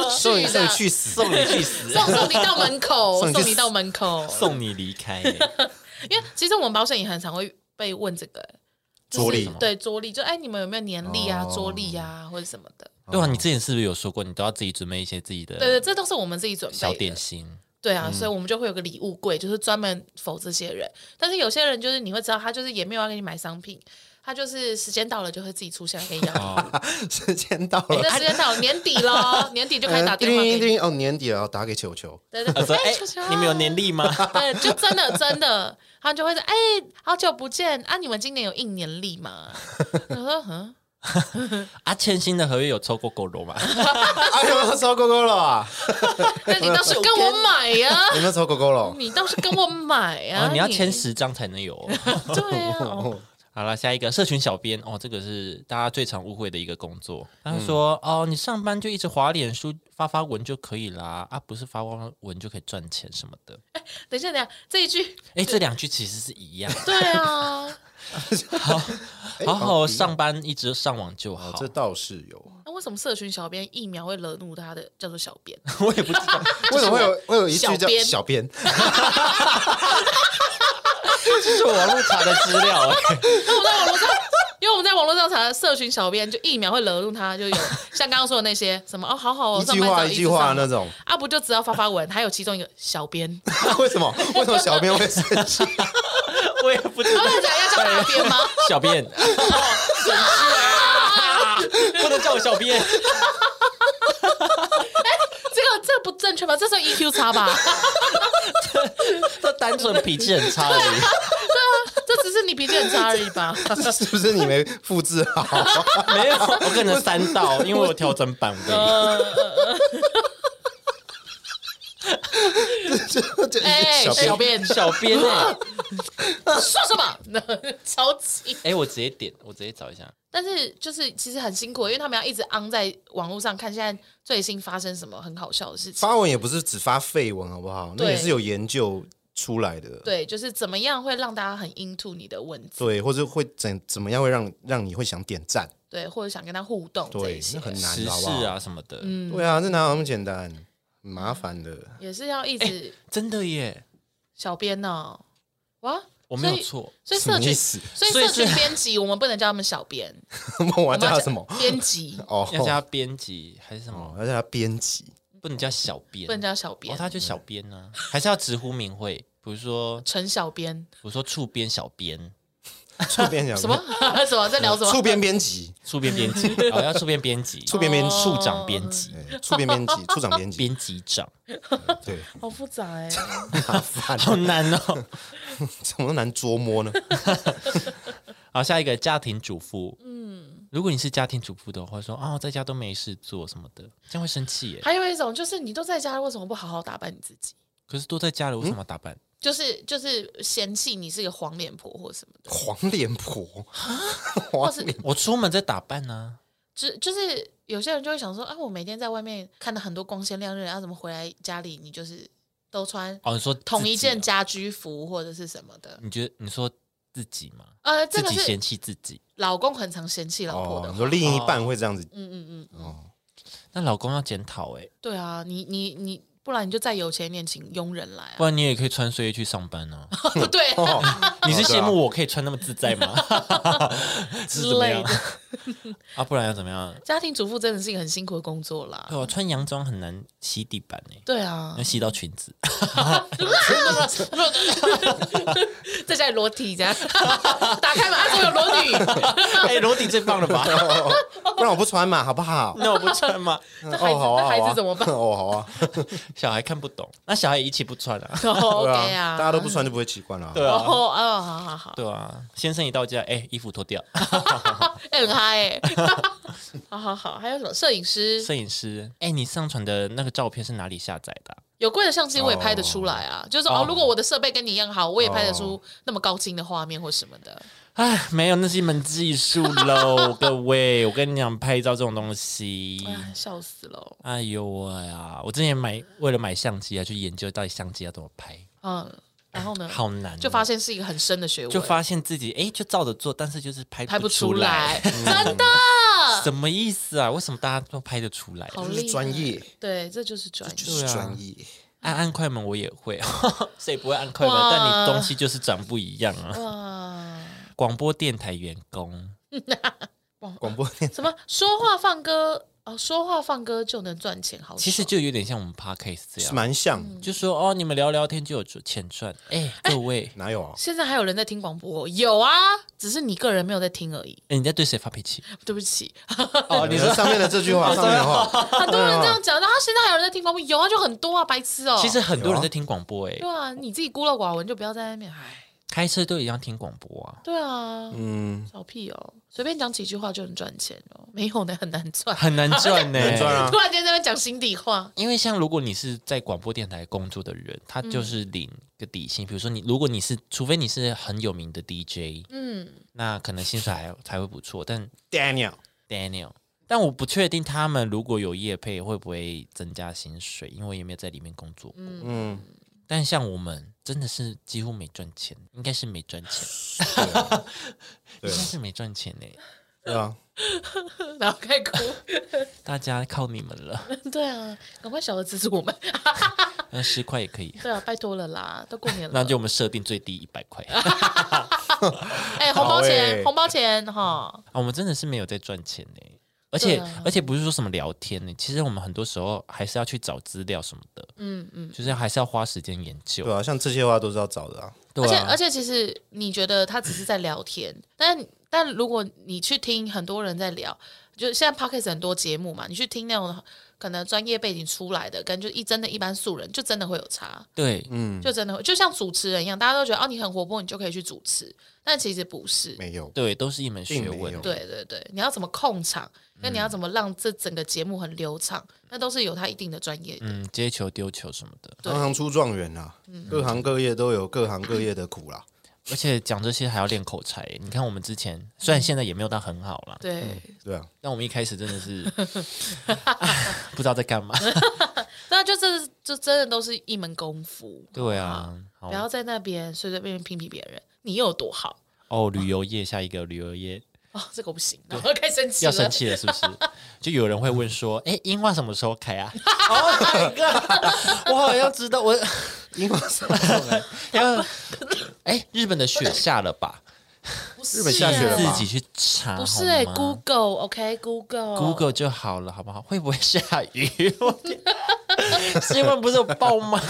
Speaker 3: 送你
Speaker 1: 出去的
Speaker 3: 送你，去死，
Speaker 2: 送你去死，
Speaker 1: 送送你到门口，
Speaker 3: 送你去
Speaker 1: 送你到门口，
Speaker 2: 送你离开。
Speaker 1: 因为其实我们保险也很常会被问这个、就是
Speaker 3: 桌历
Speaker 1: 对桌历，就哎，你们有没有年历啊、
Speaker 3: 哦
Speaker 1: 桌历啊，或者什么的？
Speaker 2: 对啊，你之前是不是有说过，你都要自己准备一些自己
Speaker 1: 对
Speaker 2: 的
Speaker 1: 对，这都是我们自己准备的
Speaker 2: 小点心？
Speaker 1: 对啊，所以我们就会有个礼物柜，就是专门否这些人。但是有些人就是你会知道，他就是也没有要给你买商品，他就是时间到了就会自己出现来给你要。
Speaker 3: 时间到了。
Speaker 1: 哎那时间到了，年底喽，年底就开始打电话给
Speaker 3: <laughs> 叮
Speaker 1: 你。
Speaker 3: 叮哦，年底了，打给球球。
Speaker 1: 对对
Speaker 2: 他
Speaker 1: 对，
Speaker 2: 说：“
Speaker 1: 啊
Speaker 2: 哎
Speaker 1: 球球，
Speaker 2: 你们有年历吗
Speaker 1: 对，就真的真的，他们就会说：“哎、好久不见啊！你们今年有印年历吗？” <laughs> 我说：“嗯，
Speaker 2: 啊，欠薪的合约有抽过狗肉
Speaker 1: <laughs>
Speaker 2: 吗？
Speaker 3: 啊，有没有抽勾勾了啊？
Speaker 1: 那你倒是跟我买呀、
Speaker 3: 有没有抽勾勾了？
Speaker 1: 你倒是跟我买呀、
Speaker 3: 哦
Speaker 2: 啊，你要签十张才能有、
Speaker 1: <laughs>
Speaker 2: 哦。
Speaker 1: 对啊，哦
Speaker 2: 好了，下一个社群小编哦，这个是大家最常误会的一个工作。他说、哦，你上班就一直滑脸书发发文就可以啦，啊，不是发发文就可以赚钱什么的。
Speaker 1: 等一下，等一下，这一句，
Speaker 2: 哎、这两句其实是一
Speaker 1: <laughs>
Speaker 2: 样，
Speaker 1: 对啊，哎
Speaker 2: 好好上班一直上网就
Speaker 3: 哎哦
Speaker 2: 好。，
Speaker 3: 这倒是有。
Speaker 1: 那为什么社群小编疫苗会惹怒他的叫做小编？
Speaker 2: <laughs> 我也不知道，
Speaker 3: 为什么会有会有一句
Speaker 1: 小
Speaker 3: 叫
Speaker 1: 编
Speaker 3: 小编？
Speaker 2: 这是网络查的资料、哎
Speaker 1: 因为我们在网络上查社群小编，就疫苗会惹怒他，就有像刚刚说的那些什么哦，好好哦，
Speaker 3: 一
Speaker 1: 上
Speaker 3: 句
Speaker 1: 班
Speaker 3: 话
Speaker 1: 找
Speaker 3: 一句话
Speaker 1: 上班
Speaker 3: 那种。
Speaker 1: 啊，不就只要发发文，还有其中一个小编， <laughs>
Speaker 3: <laughs> 为什么？为什么小编会生气？
Speaker 2: <laughs> 我也不知道
Speaker 1: 不。是讲要叫大编吗？
Speaker 2: <laughs> 小编，啊不能叫我小编。
Speaker 1: 这个这个不正确吧？这算 EQ 差
Speaker 3: <laughs>
Speaker 1: 吧？
Speaker 2: 他单纯脾气很差而已。
Speaker 1: 这只是你脾气很差而已
Speaker 3: <laughs>
Speaker 1: 吧？
Speaker 3: 是不是你没复制好？
Speaker 2: 没有，我可能三道，因为我调整版位。
Speaker 3: 这
Speaker 1: 哎，
Speaker 3: 小
Speaker 1: 小
Speaker 3: 编
Speaker 1: 编
Speaker 2: 小编哎、
Speaker 1: 说什么？ <laughs> 超级。
Speaker 2: 哎、我直接点，我直接找一下。
Speaker 1: 但是就是其实很辛苦，因为他们要一直昂在网络上看现在最新发生什么很好笑的事情。
Speaker 3: 发文也不是只发绯闻，好不好？那
Speaker 1: 对
Speaker 3: 也是有研究出来的。
Speaker 1: 对，就是怎么样会让大家很 into 你的文字，
Speaker 3: 对，或者会怎怎么样会让让你会想点赞？
Speaker 1: 对，或者想跟他互动这一
Speaker 3: 对，
Speaker 1: 些
Speaker 3: 那，很难
Speaker 2: 时
Speaker 3: 的，好不
Speaker 2: 事
Speaker 3: 好？
Speaker 2: 啊什么的，
Speaker 1: 嗯
Speaker 3: 对啊，这哪有那么简单？很麻烦的。
Speaker 1: 也是要一直
Speaker 3: 哎
Speaker 2: 真的耶，
Speaker 1: 小编呢、哇，
Speaker 2: 我没有
Speaker 1: 所以
Speaker 2: 错。
Speaker 1: 所以
Speaker 3: 什
Speaker 1: 社
Speaker 3: 么
Speaker 1: 群
Speaker 3: 意，思？ <laughs>
Speaker 1: 所以
Speaker 2: 所以
Speaker 1: 社群
Speaker 2: 是
Speaker 1: 编辑，我们不能叫他们小编，
Speaker 3: 我
Speaker 1: 我们
Speaker 3: 要叫
Speaker 1: 要
Speaker 3: <laughs> 他
Speaker 1: 叫
Speaker 3: 什么？
Speaker 1: 编辑，
Speaker 3: 哦，
Speaker 2: 要加编辑还是什么？
Speaker 3: 哦，要叫他编
Speaker 1: <laughs>
Speaker 3: 辑。
Speaker 2: 不能叫小编，
Speaker 1: 不能叫小编
Speaker 2: 哦，，他就小编呢、啊，还是要直呼名讳，比如说，
Speaker 1: 陈小编，
Speaker 2: 比如说触编小编、
Speaker 3: 触编讲
Speaker 1: 什么什么 <laughs> 在聊什么？
Speaker 3: 触编编辑，
Speaker 2: 触编编辑， <laughs> 哦，要触编编辑、
Speaker 3: 触编编
Speaker 1: 哦
Speaker 2: 处长编辑、
Speaker 3: 哎触编
Speaker 1: <laughs>
Speaker 3: 编辑，处长编辑，
Speaker 2: 编辑长，
Speaker 3: 对，
Speaker 1: 好复杂哎、
Speaker 3: 麻烦， <laughs>
Speaker 2: 好难哦。
Speaker 3: 怎么难捉摸呢？
Speaker 2: 好，下一个家庭主妇，嗯，如果你是家庭主妇的话，说哦，在家都没事做什么的，这样会生气耶。
Speaker 1: 还有一种就是你都在家，为什么不好好打扮你自己？
Speaker 2: 可是都在家里，
Speaker 3: 嗯
Speaker 2: 为什么要打扮？
Speaker 1: 就是就是嫌弃你是个黄脸婆或什么的，
Speaker 3: 黄脸
Speaker 1: <laughs>
Speaker 3: 婆，
Speaker 1: 或是
Speaker 2: 我出门在打扮啊呢、
Speaker 1: 就就是有些人就会想说啊，我每天在外面看到很多光鲜亮丽，然、啊后怎么回来家里你就是都穿
Speaker 2: 哦，你说
Speaker 1: 同一件
Speaker 2: 自己
Speaker 1: 家居服或者是什么的
Speaker 2: 啊？。你觉得你说自己吗？
Speaker 1: 呃，这
Speaker 2: 自
Speaker 1: 个
Speaker 2: 己
Speaker 1: 是
Speaker 2: 嫌弃自己，
Speaker 1: 老公很常嫌弃老婆
Speaker 3: 哦，
Speaker 1: 的
Speaker 3: 你
Speaker 1: 话。
Speaker 3: 说另一半会这样子
Speaker 1: 嗯嗯嗯，
Speaker 3: 哦，
Speaker 2: 那老公要检讨
Speaker 1: <laughs>
Speaker 2: 哎，
Speaker 1: 对啊，你你你，不然你就再有钱一点，请佣人来
Speaker 2: 不
Speaker 1: 啊。
Speaker 2: 然你也可以穿睡衣去上
Speaker 1: <laughs>
Speaker 2: 班啊。
Speaker 1: 不对，
Speaker 2: 你是
Speaker 3: 对
Speaker 2: 羡
Speaker 3: 啊
Speaker 2: 慕我可以穿那么自
Speaker 1: <laughs>
Speaker 2: 在吗？
Speaker 1: 之
Speaker 2: 是怎么
Speaker 1: 类
Speaker 2: 样
Speaker 1: 的
Speaker 2: <laughs> 啊？不然要怎么样？
Speaker 1: 家庭主妇真的是一个很辛苦的工作啦。
Speaker 2: 对我穿洋装很难洗底板哎，
Speaker 1: 对
Speaker 2: <laughs>
Speaker 1: 啊
Speaker 2: 要，洗到裙
Speaker 1: <laughs>
Speaker 2: 子。
Speaker 1: 在家里裸体这样， <laughs> 打开门，啊，怎么有裸女？
Speaker 2: 哎，裸底最棒了
Speaker 3: <laughs>
Speaker 2: 吧？
Speaker 3: 不然我不穿嘛，好不
Speaker 1: <laughs>
Speaker 3: 好？
Speaker 2: 那我不穿吗？
Speaker 1: 这
Speaker 3: 哦，
Speaker 1: 孩子
Speaker 3: 好啊，
Speaker 1: 这孩
Speaker 3: 好啊
Speaker 1: 子怎么
Speaker 3: <laughs>
Speaker 1: 办
Speaker 3: 哦，好啊，
Speaker 2: 小孩看不懂，那小孩也一起不穿啊。
Speaker 1: ？OK
Speaker 3: 对
Speaker 1: 啊，
Speaker 3: 大家都不穿就不会奇怪了。
Speaker 2: 对啊，
Speaker 1: 哦哦，好好好，
Speaker 2: <laughs> 对啊，先生一到家，哎，衣服脱掉。
Speaker 1: 哎， <laughs> 很嗨欸，好好好，还有什么摄影师？
Speaker 2: 摄影师，哎，你上传的那个照片是哪里下载的啊？
Speaker 1: 有贵的相机我也拍得出来啊，就是说哦
Speaker 2: 哦
Speaker 1: 如果我的设备跟你一样好，我也拍得出那么高清的画面或什么的。
Speaker 2: 哎，没有，那是一门技术喽，各位。我跟你讲，拍照这种东西，
Speaker 1: 哎，笑死了。
Speaker 2: 哎呦喂呀！我之前买为了买相机啊，去研究到底相机要怎么拍，
Speaker 1: 嗯，然后呢？
Speaker 2: 好难哦、
Speaker 1: 就发现是一个很深的学问，
Speaker 2: 就发现自己哎，就照着做，但是就是拍
Speaker 1: 拍不出
Speaker 2: 出
Speaker 1: 来，真的
Speaker 2: <laughs> 什么意思啊？为什么大家都拍得出来？
Speaker 1: 好
Speaker 3: 就
Speaker 1: 厉
Speaker 3: 是
Speaker 1: 害。
Speaker 3: 专业，
Speaker 1: <laughs> 对，这就是专
Speaker 3: 就
Speaker 1: 业。
Speaker 3: 是专业。
Speaker 2: 按按快门我也会， <laughs> 谁不会按快门？
Speaker 1: 哇
Speaker 2: 但你东西就是长不一样啊。
Speaker 1: 哇，
Speaker 2: 广播电台员工，
Speaker 3: 广播电
Speaker 1: 什么说话放歌哦，说话放歌就能赚钱，好爽。啊
Speaker 2: 其实就有点像我们 podcast 这
Speaker 3: 是
Speaker 2: 样，
Speaker 3: 蛮像，
Speaker 1: 嗯
Speaker 2: 就说哦，你们聊聊天就有钱赚。哎，各位，
Speaker 3: 哪有啊？
Speaker 1: 现在还有人在听广播，有啊，只是你个人没有在听而已。
Speaker 2: 哎你在对谁发脾气？
Speaker 1: 对不起，
Speaker 2: 哦，
Speaker 3: 你说上面的这句
Speaker 2: <laughs>
Speaker 3: 话，上面的话，
Speaker 1: 很多人这样讲，但他现在还有人在听广播，有啊，就很多啊，白痴哦。啊
Speaker 2: 其实很多人在听广播哎、
Speaker 1: 对啊，你自己孤陋寡闻，就不要在那边哎。
Speaker 2: 开车都一样听广播啊，
Speaker 1: 对啊，
Speaker 3: 嗯，
Speaker 1: 小屁哦，随便讲几句话就能赚钱哦，没有呢很难
Speaker 2: <laughs>
Speaker 1: 赚。
Speaker 2: 很难赚呢、
Speaker 3: 很赚啊
Speaker 1: 突然间在那边讲心底话，
Speaker 2: 因为像如果你是在广播电台工作的人，他就是领个底薪。比如说你，如果你是，除非你是很有名的 DJ，
Speaker 1: 嗯，
Speaker 2: 那可能薪水还才会不错。但
Speaker 3: Daniel，
Speaker 2: Daniel，但我不确定他们如果有业配会不会增加薪水，因为我也没有在里面工作过。
Speaker 3: 嗯，
Speaker 2: 但像我们真的是几乎没赚钱，应该是没赚钱，应 <laughs>
Speaker 3: 对
Speaker 2: 该是没赚钱欸呢、
Speaker 3: 对啊，
Speaker 1: 然后开哭，
Speaker 2: 大家靠你们了，
Speaker 1: 对啊，赶快小额资助我们，
Speaker 2: 那十块也可以。
Speaker 1: 对啊，拜托了啦，都过年了，
Speaker 2: 那就我们设定最低一百块啊！
Speaker 1: 哎，红包
Speaker 3: 好
Speaker 1: 钱，
Speaker 3: 欸
Speaker 1: 红包钱哈，
Speaker 2: 我们真的是没有在赚钱呢、而
Speaker 1: 对
Speaker 2: 且、
Speaker 1: 啊
Speaker 2: 而且不是说什么聊天呢、其实我们很多时候还是要去找资料什么的，
Speaker 1: 嗯嗯，
Speaker 2: 就是还是要花时间研究
Speaker 3: 对。啊，像这些话都是要找的啊，
Speaker 2: 对
Speaker 1: 而且
Speaker 2: 啊
Speaker 1: 而，且，其实你觉得他只是在聊天， <clears throat> 但但如果你去听很多人在聊，就现在 podcast 很多节目嘛，你去听那种可能专业背景出来的，跟就一真的一般素人，就真的会有差，
Speaker 2: 对，
Speaker 3: 嗯，
Speaker 1: 就真的会就像主持人一样，大家都觉得哦你很活泼，你就可以去主持，但其实不是。
Speaker 3: 没有，
Speaker 2: 对，都是一门
Speaker 3: 并
Speaker 2: 学
Speaker 3: 没
Speaker 2: 问
Speaker 3: 有。
Speaker 1: 对对对，你要怎么控场，跟你要怎么让这整个节目很流畅，那都是有他一定的专业的。
Speaker 2: 嗯，接球、丢球什么的。
Speaker 1: 对
Speaker 3: 行行出状元啊，
Speaker 1: 嗯
Speaker 3: 各行各业都有各行各业的苦啦，
Speaker 2: 而且讲这些还要练口才耶。你看我们之前虽然现在也没有到很好啦，
Speaker 1: 对，
Speaker 3: 对啊，
Speaker 2: 但我们一开始真的是不知道在干嘛。
Speaker 1: 那就这就真的都是一门功夫。
Speaker 2: 对啊，好
Speaker 1: 不要在那边随随便便批评别人，你又有多好
Speaker 2: 哦，旅游业下一个旅游业
Speaker 1: 哦，这个我不行，然后该生气
Speaker 2: 要
Speaker 1: 了。
Speaker 2: 生气了，是不是？就有人会问说：“哎，樱花什么时候开啊？”我好像知道，我
Speaker 3: 因为
Speaker 2: <laughs> 要哎，日本的雪下了吧？
Speaker 1: 不是
Speaker 3: 日本下雪了
Speaker 2: 自
Speaker 3: 吧
Speaker 2: 己去查
Speaker 1: 不是哎
Speaker 2: 啊好吗
Speaker 1: ，Google，OK，Google，Google，、
Speaker 2: Google 就好了，好不好？会不会下雨？ <laughs> 我天新闻不是有报吗？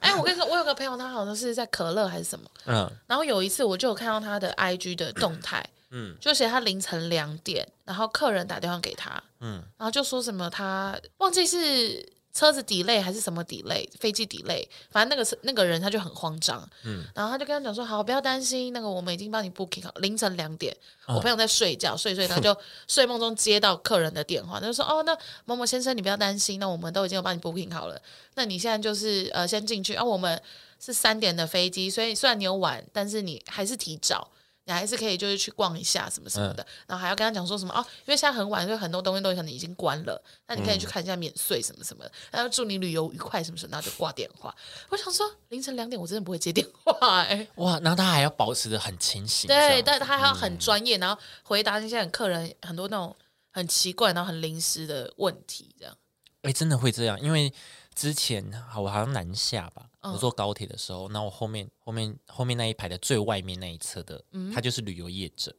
Speaker 1: 哎、我跟你说，我有个朋友，他好像是在可乐还是什么，
Speaker 2: 嗯，
Speaker 1: 然后有一次我就有看到他的 IG 的动态，嗯，就写他凌晨两点，然后客人打电话给他，嗯，然后就说什么他忘记是车子 delay 还是什么 delay，飞机 delay，反正那个是那个人他就很慌张，嗯，然后他就跟他讲说，好，不要担心，那个我们已经帮你 booking 好，凌晨两点，我朋友在睡觉，睡一睡，他就睡梦中接到客人的电话，他就说，哦，那某某先生你不要担心，那我们都已经有帮你 booking 好了，那你现在就是呃先进去，啊，我们。是三点的飞机，所以虽然你有晚，但是你还是提早，你还是可以就是去逛一下什么什么
Speaker 2: 嗯
Speaker 1: 的，然后还要跟他讲说什么哦，因为现在很晚，所以很多东西都可能已经关了，那你可以
Speaker 2: 嗯
Speaker 1: 去看一下免税什么什么的，然后祝你旅游愉快什么什么，然后就挂电话。我想说凌晨两点我真的不会接电话哎、
Speaker 2: <laughs> 哇，然后他还要保持的很清醒，
Speaker 1: 对，
Speaker 2: 这样
Speaker 1: 但他还要
Speaker 2: 嗯
Speaker 1: 很专业，然后回答那些客人很多那种很奇怪然后很临时的问题这样。
Speaker 2: 哎、真的会这样，因为之前好我好像南下吧，
Speaker 1: 嗯
Speaker 2: 我坐高铁的时候，那我后面后面后面那一排的最外面那一侧的，
Speaker 1: 嗯
Speaker 2: 他就是旅游业者，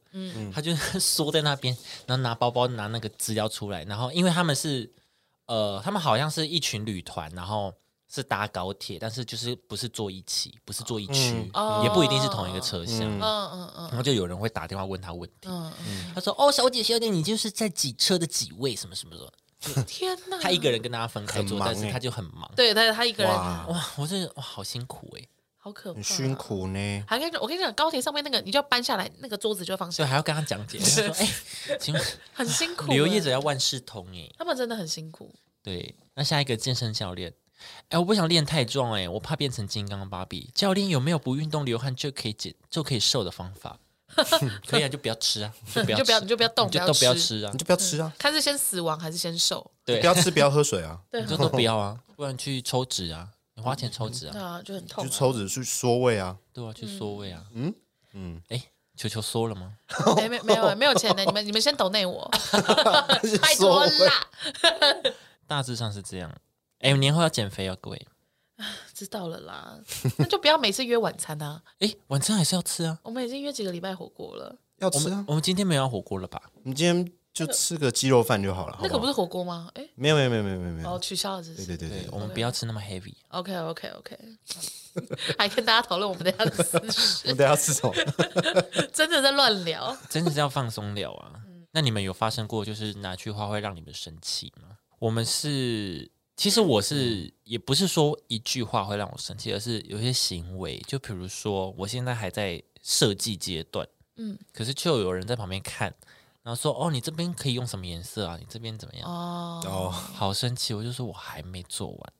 Speaker 2: 他就是 <laughs> 缩在那边，然后拿包包拿那个资料出来，然后因为他们是呃，他们好像是一群旅团，然后。是搭高铁，但是就是不是坐一起，不是坐一区，
Speaker 1: 哦
Speaker 2: 也不一定是同一个车厢。
Speaker 1: 嗯嗯嗯
Speaker 2: 然后就有人会打电话问他问题，
Speaker 1: 嗯嗯，
Speaker 2: 他说：“哦，小姐，小姐，你就是在几车的几位，什么什么什么。”
Speaker 1: 天哪！
Speaker 2: 嗯他一个人跟大家分开坐，
Speaker 3: 很忙
Speaker 2: 但是
Speaker 3: 欸
Speaker 2: 他就很忙。
Speaker 1: 对，他他一个人 <laughs>
Speaker 3: <laughs> 哇，
Speaker 2: 哇，我真的哇，好辛苦哎、
Speaker 1: 好可怕、啊
Speaker 3: 很辛苦呢，
Speaker 1: 还跟你讲我跟你讲，高铁上面那个你就要搬下来，那个桌子就放
Speaker 2: 所
Speaker 1: 下，
Speaker 2: 以还要跟他讲
Speaker 3: <laughs>
Speaker 2: 解。他说：“哎、请问 <laughs>
Speaker 1: 很辛苦、
Speaker 2: 旅游业者
Speaker 1: 欸
Speaker 2: 要万事通哎、
Speaker 1: 他们真的很辛苦。
Speaker 2: 对，那下一个健身教练，哎、我不想练太壮哎、我怕变成金刚芭比。教练有没有不运动流汗就可以减就可以瘦的方法？ <laughs> 可以啊，就不要吃
Speaker 3: <laughs>
Speaker 2: 啊，就不
Speaker 1: 你
Speaker 2: 要
Speaker 1: 就不要，
Speaker 2: 吃
Speaker 1: 你就不要动，
Speaker 2: 你就
Speaker 1: 要
Speaker 2: 都
Speaker 1: 吃，
Speaker 2: 不要吃啊
Speaker 3: 你，就不要吃啊，
Speaker 1: 看是先死亡还是先瘦？
Speaker 2: 对
Speaker 3: 不，要吃，不要喝
Speaker 1: <laughs>
Speaker 3: 水啊，
Speaker 1: 对
Speaker 2: 你就都不要啊，不然去抽脂啊，你花钱抽脂啊
Speaker 3: 嗯
Speaker 1: 对，啊，就很痛、
Speaker 3: 去
Speaker 1: 啊。
Speaker 3: 抽脂去缩
Speaker 1: <laughs>
Speaker 3: 胃啊，
Speaker 2: 对啊，去缩胃啊。
Speaker 3: 嗯，
Speaker 2: 哎、球球缩了吗？
Speaker 1: 哎，没没有没有钱的，你们你们先抖内 <laughs> 我，
Speaker 3: 是
Speaker 1: 拜
Speaker 3: 缩
Speaker 1: 托
Speaker 3: 胃，
Speaker 1: 啦。
Speaker 2: 大致上是这样。哎、年后要减肥哦，各位。
Speaker 1: 知道了啦，那就不要每次约晚餐啊。
Speaker 2: 哎、晚餐还是要吃啊。
Speaker 1: 我们已经约几个礼拜火锅了，
Speaker 3: <laughs> 要
Speaker 2: 我
Speaker 3: 吃
Speaker 2: 们
Speaker 3: 啊，
Speaker 2: 我们今天没有要火锅了吧？
Speaker 3: 我们今天就吃个鸡肉饭就好了，
Speaker 1: 那个
Speaker 3: 好
Speaker 1: 不是
Speaker 3: 好
Speaker 1: 火锅吗？哎，
Speaker 3: 没有没有没有没有没有没
Speaker 1: 哦，
Speaker 3: 有，
Speaker 1: 取消了是不
Speaker 3: 对
Speaker 1: 是
Speaker 3: 对对
Speaker 2: 对
Speaker 3: 对，，
Speaker 2: 我们不要吃那么 heavy。啊
Speaker 1: ？OK OK OK，还跟大家讨论我们等一下的私
Speaker 3: 我
Speaker 1: 事，
Speaker 2: <laughs>
Speaker 3: 们等一下吃什么？
Speaker 1: 真的在乱聊。
Speaker 2: 真的是要放松了啊。那你们有发生过就是哪句话会让你们生气吗？我们是其实我是也不是说一句话会让我生气，而是有些行为，就比如说我现在还在设计阶段，嗯，可是却有人在旁边看，然后说哦，你这边可以用什么颜色啊？你这边怎么样？
Speaker 1: 哦，
Speaker 3: <laughs> 哦，
Speaker 2: 好生气！我就说我还没做完，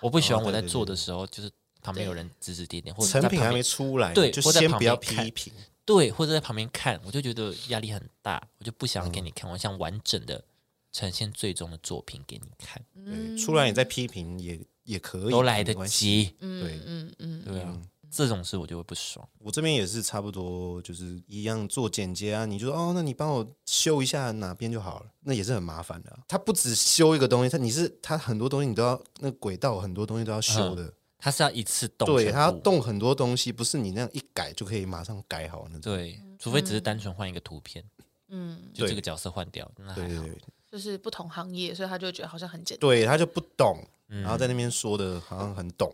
Speaker 2: 我不喜欢
Speaker 3: 哦
Speaker 2: 我
Speaker 3: 对
Speaker 2: 在
Speaker 3: 对
Speaker 2: 做
Speaker 3: 对
Speaker 2: 的时候，就是旁边有人指指点点，或者
Speaker 3: 成
Speaker 2: 在
Speaker 3: 品
Speaker 2: 旁
Speaker 3: 还没
Speaker 2: 边
Speaker 3: 出来，
Speaker 2: 对
Speaker 3: 就
Speaker 2: 我在
Speaker 3: 先
Speaker 2: 旁
Speaker 3: 不要
Speaker 2: 边看
Speaker 3: 批评，
Speaker 2: 对，或者在旁边看，我就觉得压力很大，我就不想
Speaker 3: 嗯
Speaker 2: 给你看，我想完整的呈现最终的作品给你看，
Speaker 3: 对，出来你再批评也也可
Speaker 2: 嗯
Speaker 3: 以，
Speaker 2: 都来得
Speaker 3: 没关系。
Speaker 2: 及，
Speaker 3: 对，
Speaker 1: 嗯嗯，
Speaker 2: 对啊，这种事我就会不爽。
Speaker 3: 我这边也是差不多，就是一样做剪接啊。你就说哦，那你帮我修一下哪边就好了，那也是很麻烦的啊、
Speaker 2: 嗯
Speaker 3: 他不只修一个东西，他你是他很多东西你都要，那轨道很多东西都要修的，
Speaker 2: 他是要一次嗯动全部，
Speaker 3: 对，他要动很多东西，不是你那样一改就可以马上改好那种。
Speaker 2: 对，除非只是单纯换一个图片，嗯，就这
Speaker 3: 对
Speaker 2: 个角色换掉，那
Speaker 3: 对
Speaker 2: 还
Speaker 3: 对
Speaker 2: 好。
Speaker 3: 对，
Speaker 1: 就是不同行业，所以他就会觉得好像很简单。
Speaker 3: 对他就不懂，
Speaker 2: 嗯
Speaker 3: 然后在那边说的好像很懂，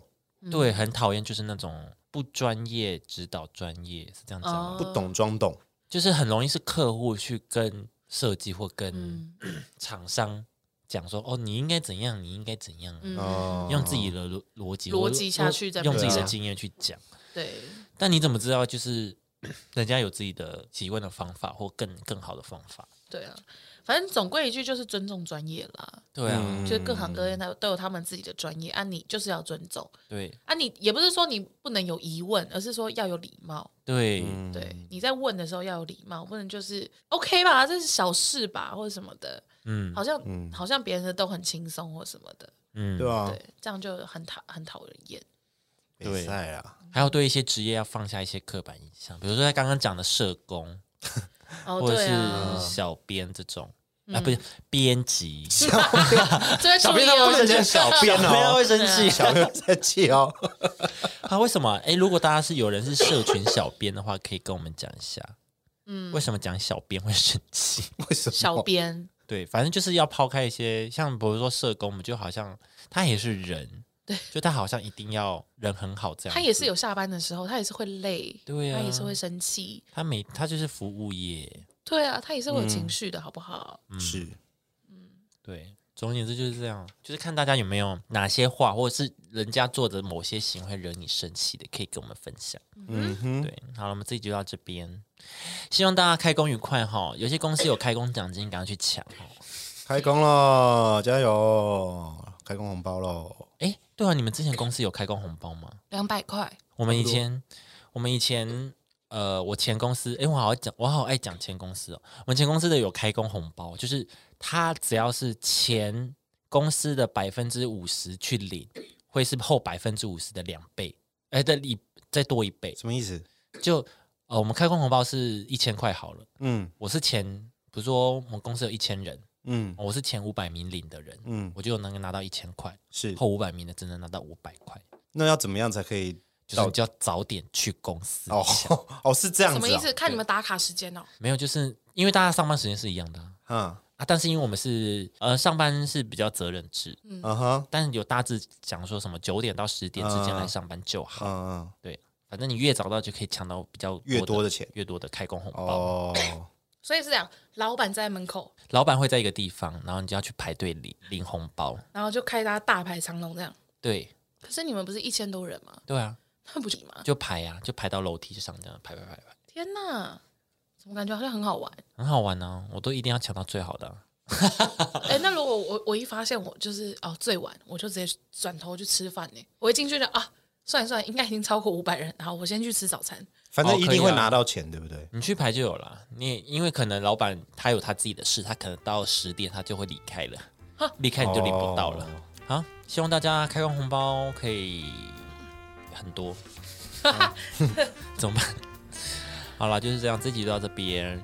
Speaker 2: 对，很讨厌就是那种不专业指导专业是这样讲吗？
Speaker 1: 哦
Speaker 3: 不懂装懂。
Speaker 2: 就是很容易是客户去跟设计或
Speaker 1: 嗯
Speaker 2: 跟
Speaker 3: 嗯
Speaker 2: 厂商讲说，哦，你应该怎样，你应该怎样，
Speaker 3: 哦，
Speaker 2: 用自己的逻逻辑
Speaker 1: 嗯逻
Speaker 2: 或
Speaker 1: 辑下去再
Speaker 2: 用自己
Speaker 1: 对
Speaker 2: 的
Speaker 1: 啊
Speaker 2: 经验去讲。
Speaker 1: 对，
Speaker 2: 但你怎么知道就是 <clears throat> 人家有自己的习惯的方法或更更好的方法？
Speaker 1: 对啊，反正总归一句就是尊重专业啦，
Speaker 2: 对啊，
Speaker 1: 就是各行
Speaker 3: 嗯
Speaker 1: 各业他都有他们自己的专业啊，你就是要尊重
Speaker 2: 对
Speaker 1: 啊，你也不是说你不能有疑问，而是说要有礼貌。
Speaker 2: 对，
Speaker 3: 嗯
Speaker 1: 嗯对，你在问的时候要有礼貌，不能就是 OK 吧，这是小事吧，或者什么的，
Speaker 2: 嗯
Speaker 1: 好像、好像别人的都很轻松或什么的，
Speaker 2: 嗯，
Speaker 3: 对啊吧？
Speaker 1: 对，这样就很讨很讨人厌。
Speaker 3: 比赛啊，
Speaker 2: 还有对一些职业要放下一些刻板印象，比如说他刚刚讲的社工、
Speaker 1: 哦，
Speaker 2: 或者
Speaker 1: 对
Speaker 2: 是
Speaker 1: 啊，嗯
Speaker 2: 小编这种、啊，不是编辑，
Speaker 1: 这会
Speaker 3: 小
Speaker 1: 处理哦
Speaker 3: 编他不
Speaker 1: <laughs>
Speaker 3: 能
Speaker 1: 有
Speaker 3: 讲小编
Speaker 2: 他
Speaker 3: 哦，
Speaker 2: 会生
Speaker 1: 啊
Speaker 2: 气。
Speaker 3: 小编在气哦。
Speaker 2: 啊，为什么？哎，如果大家是有人是社群小编的话，可以跟我们讲一下，嗯，为什么讲小编会生气？ <laughs>
Speaker 3: 为什么？
Speaker 1: 小编，
Speaker 2: 对，反正就是要抛开一些，像比如说社工，我们就好像他也是人，对，就他好像一定要人很好这样
Speaker 1: 他
Speaker 2: 子，
Speaker 1: 也是有下班的时候，他也是会累，
Speaker 2: 对啊
Speaker 1: 他也是会生气，
Speaker 2: 他每他就是服务业，
Speaker 1: 对啊，他也是会有
Speaker 3: 嗯
Speaker 1: 情绪的，好不好？
Speaker 3: 是
Speaker 2: 对。总而言之就是这样，就是看大家有没有哪些话，或者是人家做的某些行为惹你生气的，可以跟我们分享。
Speaker 3: 嗯哼，
Speaker 2: 对，好了，我们这一集就到这边，希望大家开工愉快哈。有些公司有开工奖金，赶快去抢哈。
Speaker 3: 开工了，加油！开工红包喽！
Speaker 2: 哎，对啊，你们之前公司有开工红包吗？
Speaker 1: 两百块，
Speaker 2: 我们以前，我们以前，呃，我前公司，哎、我好爱讲，我好爱讲前公司哦。我们前公司的有开工红包，就是他只要是前公司的百分之五十去领，会是后百分之五十的两倍，哎、的一再多一倍。
Speaker 3: 什么意思？
Speaker 2: 就呃，我们开工红包是一千块好了，
Speaker 3: 嗯
Speaker 2: 我是前，比如说我们公司有一千人，
Speaker 3: 嗯
Speaker 2: 我是前五百名领的人，
Speaker 3: 嗯，
Speaker 2: 我就能够拿到一千块，
Speaker 3: 是。
Speaker 2: 后五百名的只能拿到五百块。
Speaker 3: 那要怎么样才可以？
Speaker 2: 就是你就要早点去公司
Speaker 3: 哦 <laughs>
Speaker 2: 抢
Speaker 3: 哦，是这样
Speaker 1: 什
Speaker 3: 子、
Speaker 1: 么
Speaker 3: 哦。
Speaker 1: 意思？？看你们打卡时间哦。
Speaker 2: 没有，就是因为大家上班时间是一样的啊，
Speaker 3: 嗯
Speaker 2: 啊但是因为我们是呃上班是比较责任制，
Speaker 3: 嗯哼
Speaker 2: 但是有大致讲说什么九点到十点之间
Speaker 3: 啊
Speaker 2: 来上班就好，
Speaker 3: 嗯嗯，
Speaker 2: 对，反正你越早到就可以抢到比较
Speaker 3: 越多
Speaker 2: 多
Speaker 3: 的钱
Speaker 2: 越多的开工红包，
Speaker 3: 哦，
Speaker 1: 所以是这样，老板在门口，
Speaker 2: 老板会在一个地方，然后你就要去排队领领红包，
Speaker 1: 然后就开大家大排长龙这样。
Speaker 2: 对
Speaker 1: 可是你们不是一千多人吗？ <laughs>
Speaker 2: 对啊，
Speaker 1: 那不行吗？
Speaker 2: 就排啊，就排到楼梯上这样排排排排，
Speaker 1: 天哪，怎么感觉好像很好玩？
Speaker 2: 很好玩啊，我都一定要抢到最好的啊、
Speaker 1: 哎、那如果我我一发现我就是哦最晚，我就直接转头去吃饭呢。我一进去就啊，算一算，应该已经超过五百人，然后我先去吃早餐。
Speaker 3: 反正
Speaker 2: 哦
Speaker 3: 一
Speaker 2: 可以
Speaker 3: 定会
Speaker 2: 啊
Speaker 3: 拿到钱，对不对？
Speaker 2: 你去排就有了，你也因为可能老板他有他自己的事，他可能到十点他就会离开了，离开你就领不到了。
Speaker 3: 哦
Speaker 2: 好、希望大家开工红包可以很多，嗯 <laughs> 怎么办？好啦，就是这样，这集就到这边，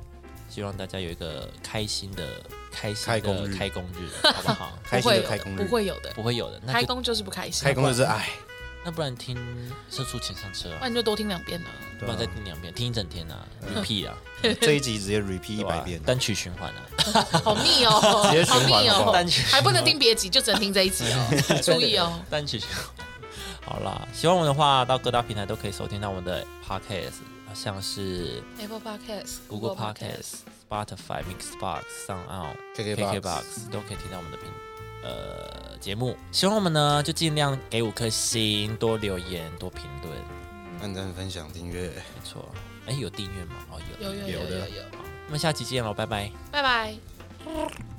Speaker 2: 希望大家有一个开心的开心
Speaker 3: 开
Speaker 2: 的
Speaker 3: 工日
Speaker 2: 开工日，好不好？ <laughs>
Speaker 3: 开
Speaker 1: 不
Speaker 3: 心
Speaker 1: 会
Speaker 3: 的
Speaker 1: 有
Speaker 3: 开工
Speaker 1: 不
Speaker 3: 日，
Speaker 1: 会有的。
Speaker 2: 不会有的，那
Speaker 1: 开
Speaker 2: 就
Speaker 1: 工就是不开心，
Speaker 3: 开工日是哎，
Speaker 2: 那不然听《社畜请上车》
Speaker 1: 那
Speaker 2: 啊，
Speaker 1: 你就多听两遍呢。
Speaker 2: 不然再听两遍，听一整天啊，repeat 啊，
Speaker 3: 这一集直接 repeat 一
Speaker 2: 对吧
Speaker 3: 百遍，
Speaker 2: 单曲循环啊。
Speaker 1: 好密哦，好
Speaker 3: <laughs> 直接循环
Speaker 1: 密
Speaker 3: 好不好
Speaker 1: 哦
Speaker 2: 单曲，
Speaker 1: 还不能听别集，就只能听这一集
Speaker 2: <laughs>
Speaker 1: 哦，注意哦。
Speaker 2: 单曲循环。好啦，喜欢我们的话，到各大平台都可以收听到我们的 podcast，像是
Speaker 1: Apple Podcast、
Speaker 2: Google
Speaker 1: Podcast
Speaker 2: Podcast、 Spotify、Mixbox、上澳、
Speaker 3: KKBOX
Speaker 2: KKBox 都可以听到我们的频呃节目。喜欢我们呢，就尽量给五颗星，多留言，多评论。
Speaker 3: 按赞、分享、订阅，
Speaker 2: 没错，哎，有订阅吗？哦，有。
Speaker 1: 有有有有有，
Speaker 2: 我们下期见喽，拜拜。
Speaker 1: 拜拜。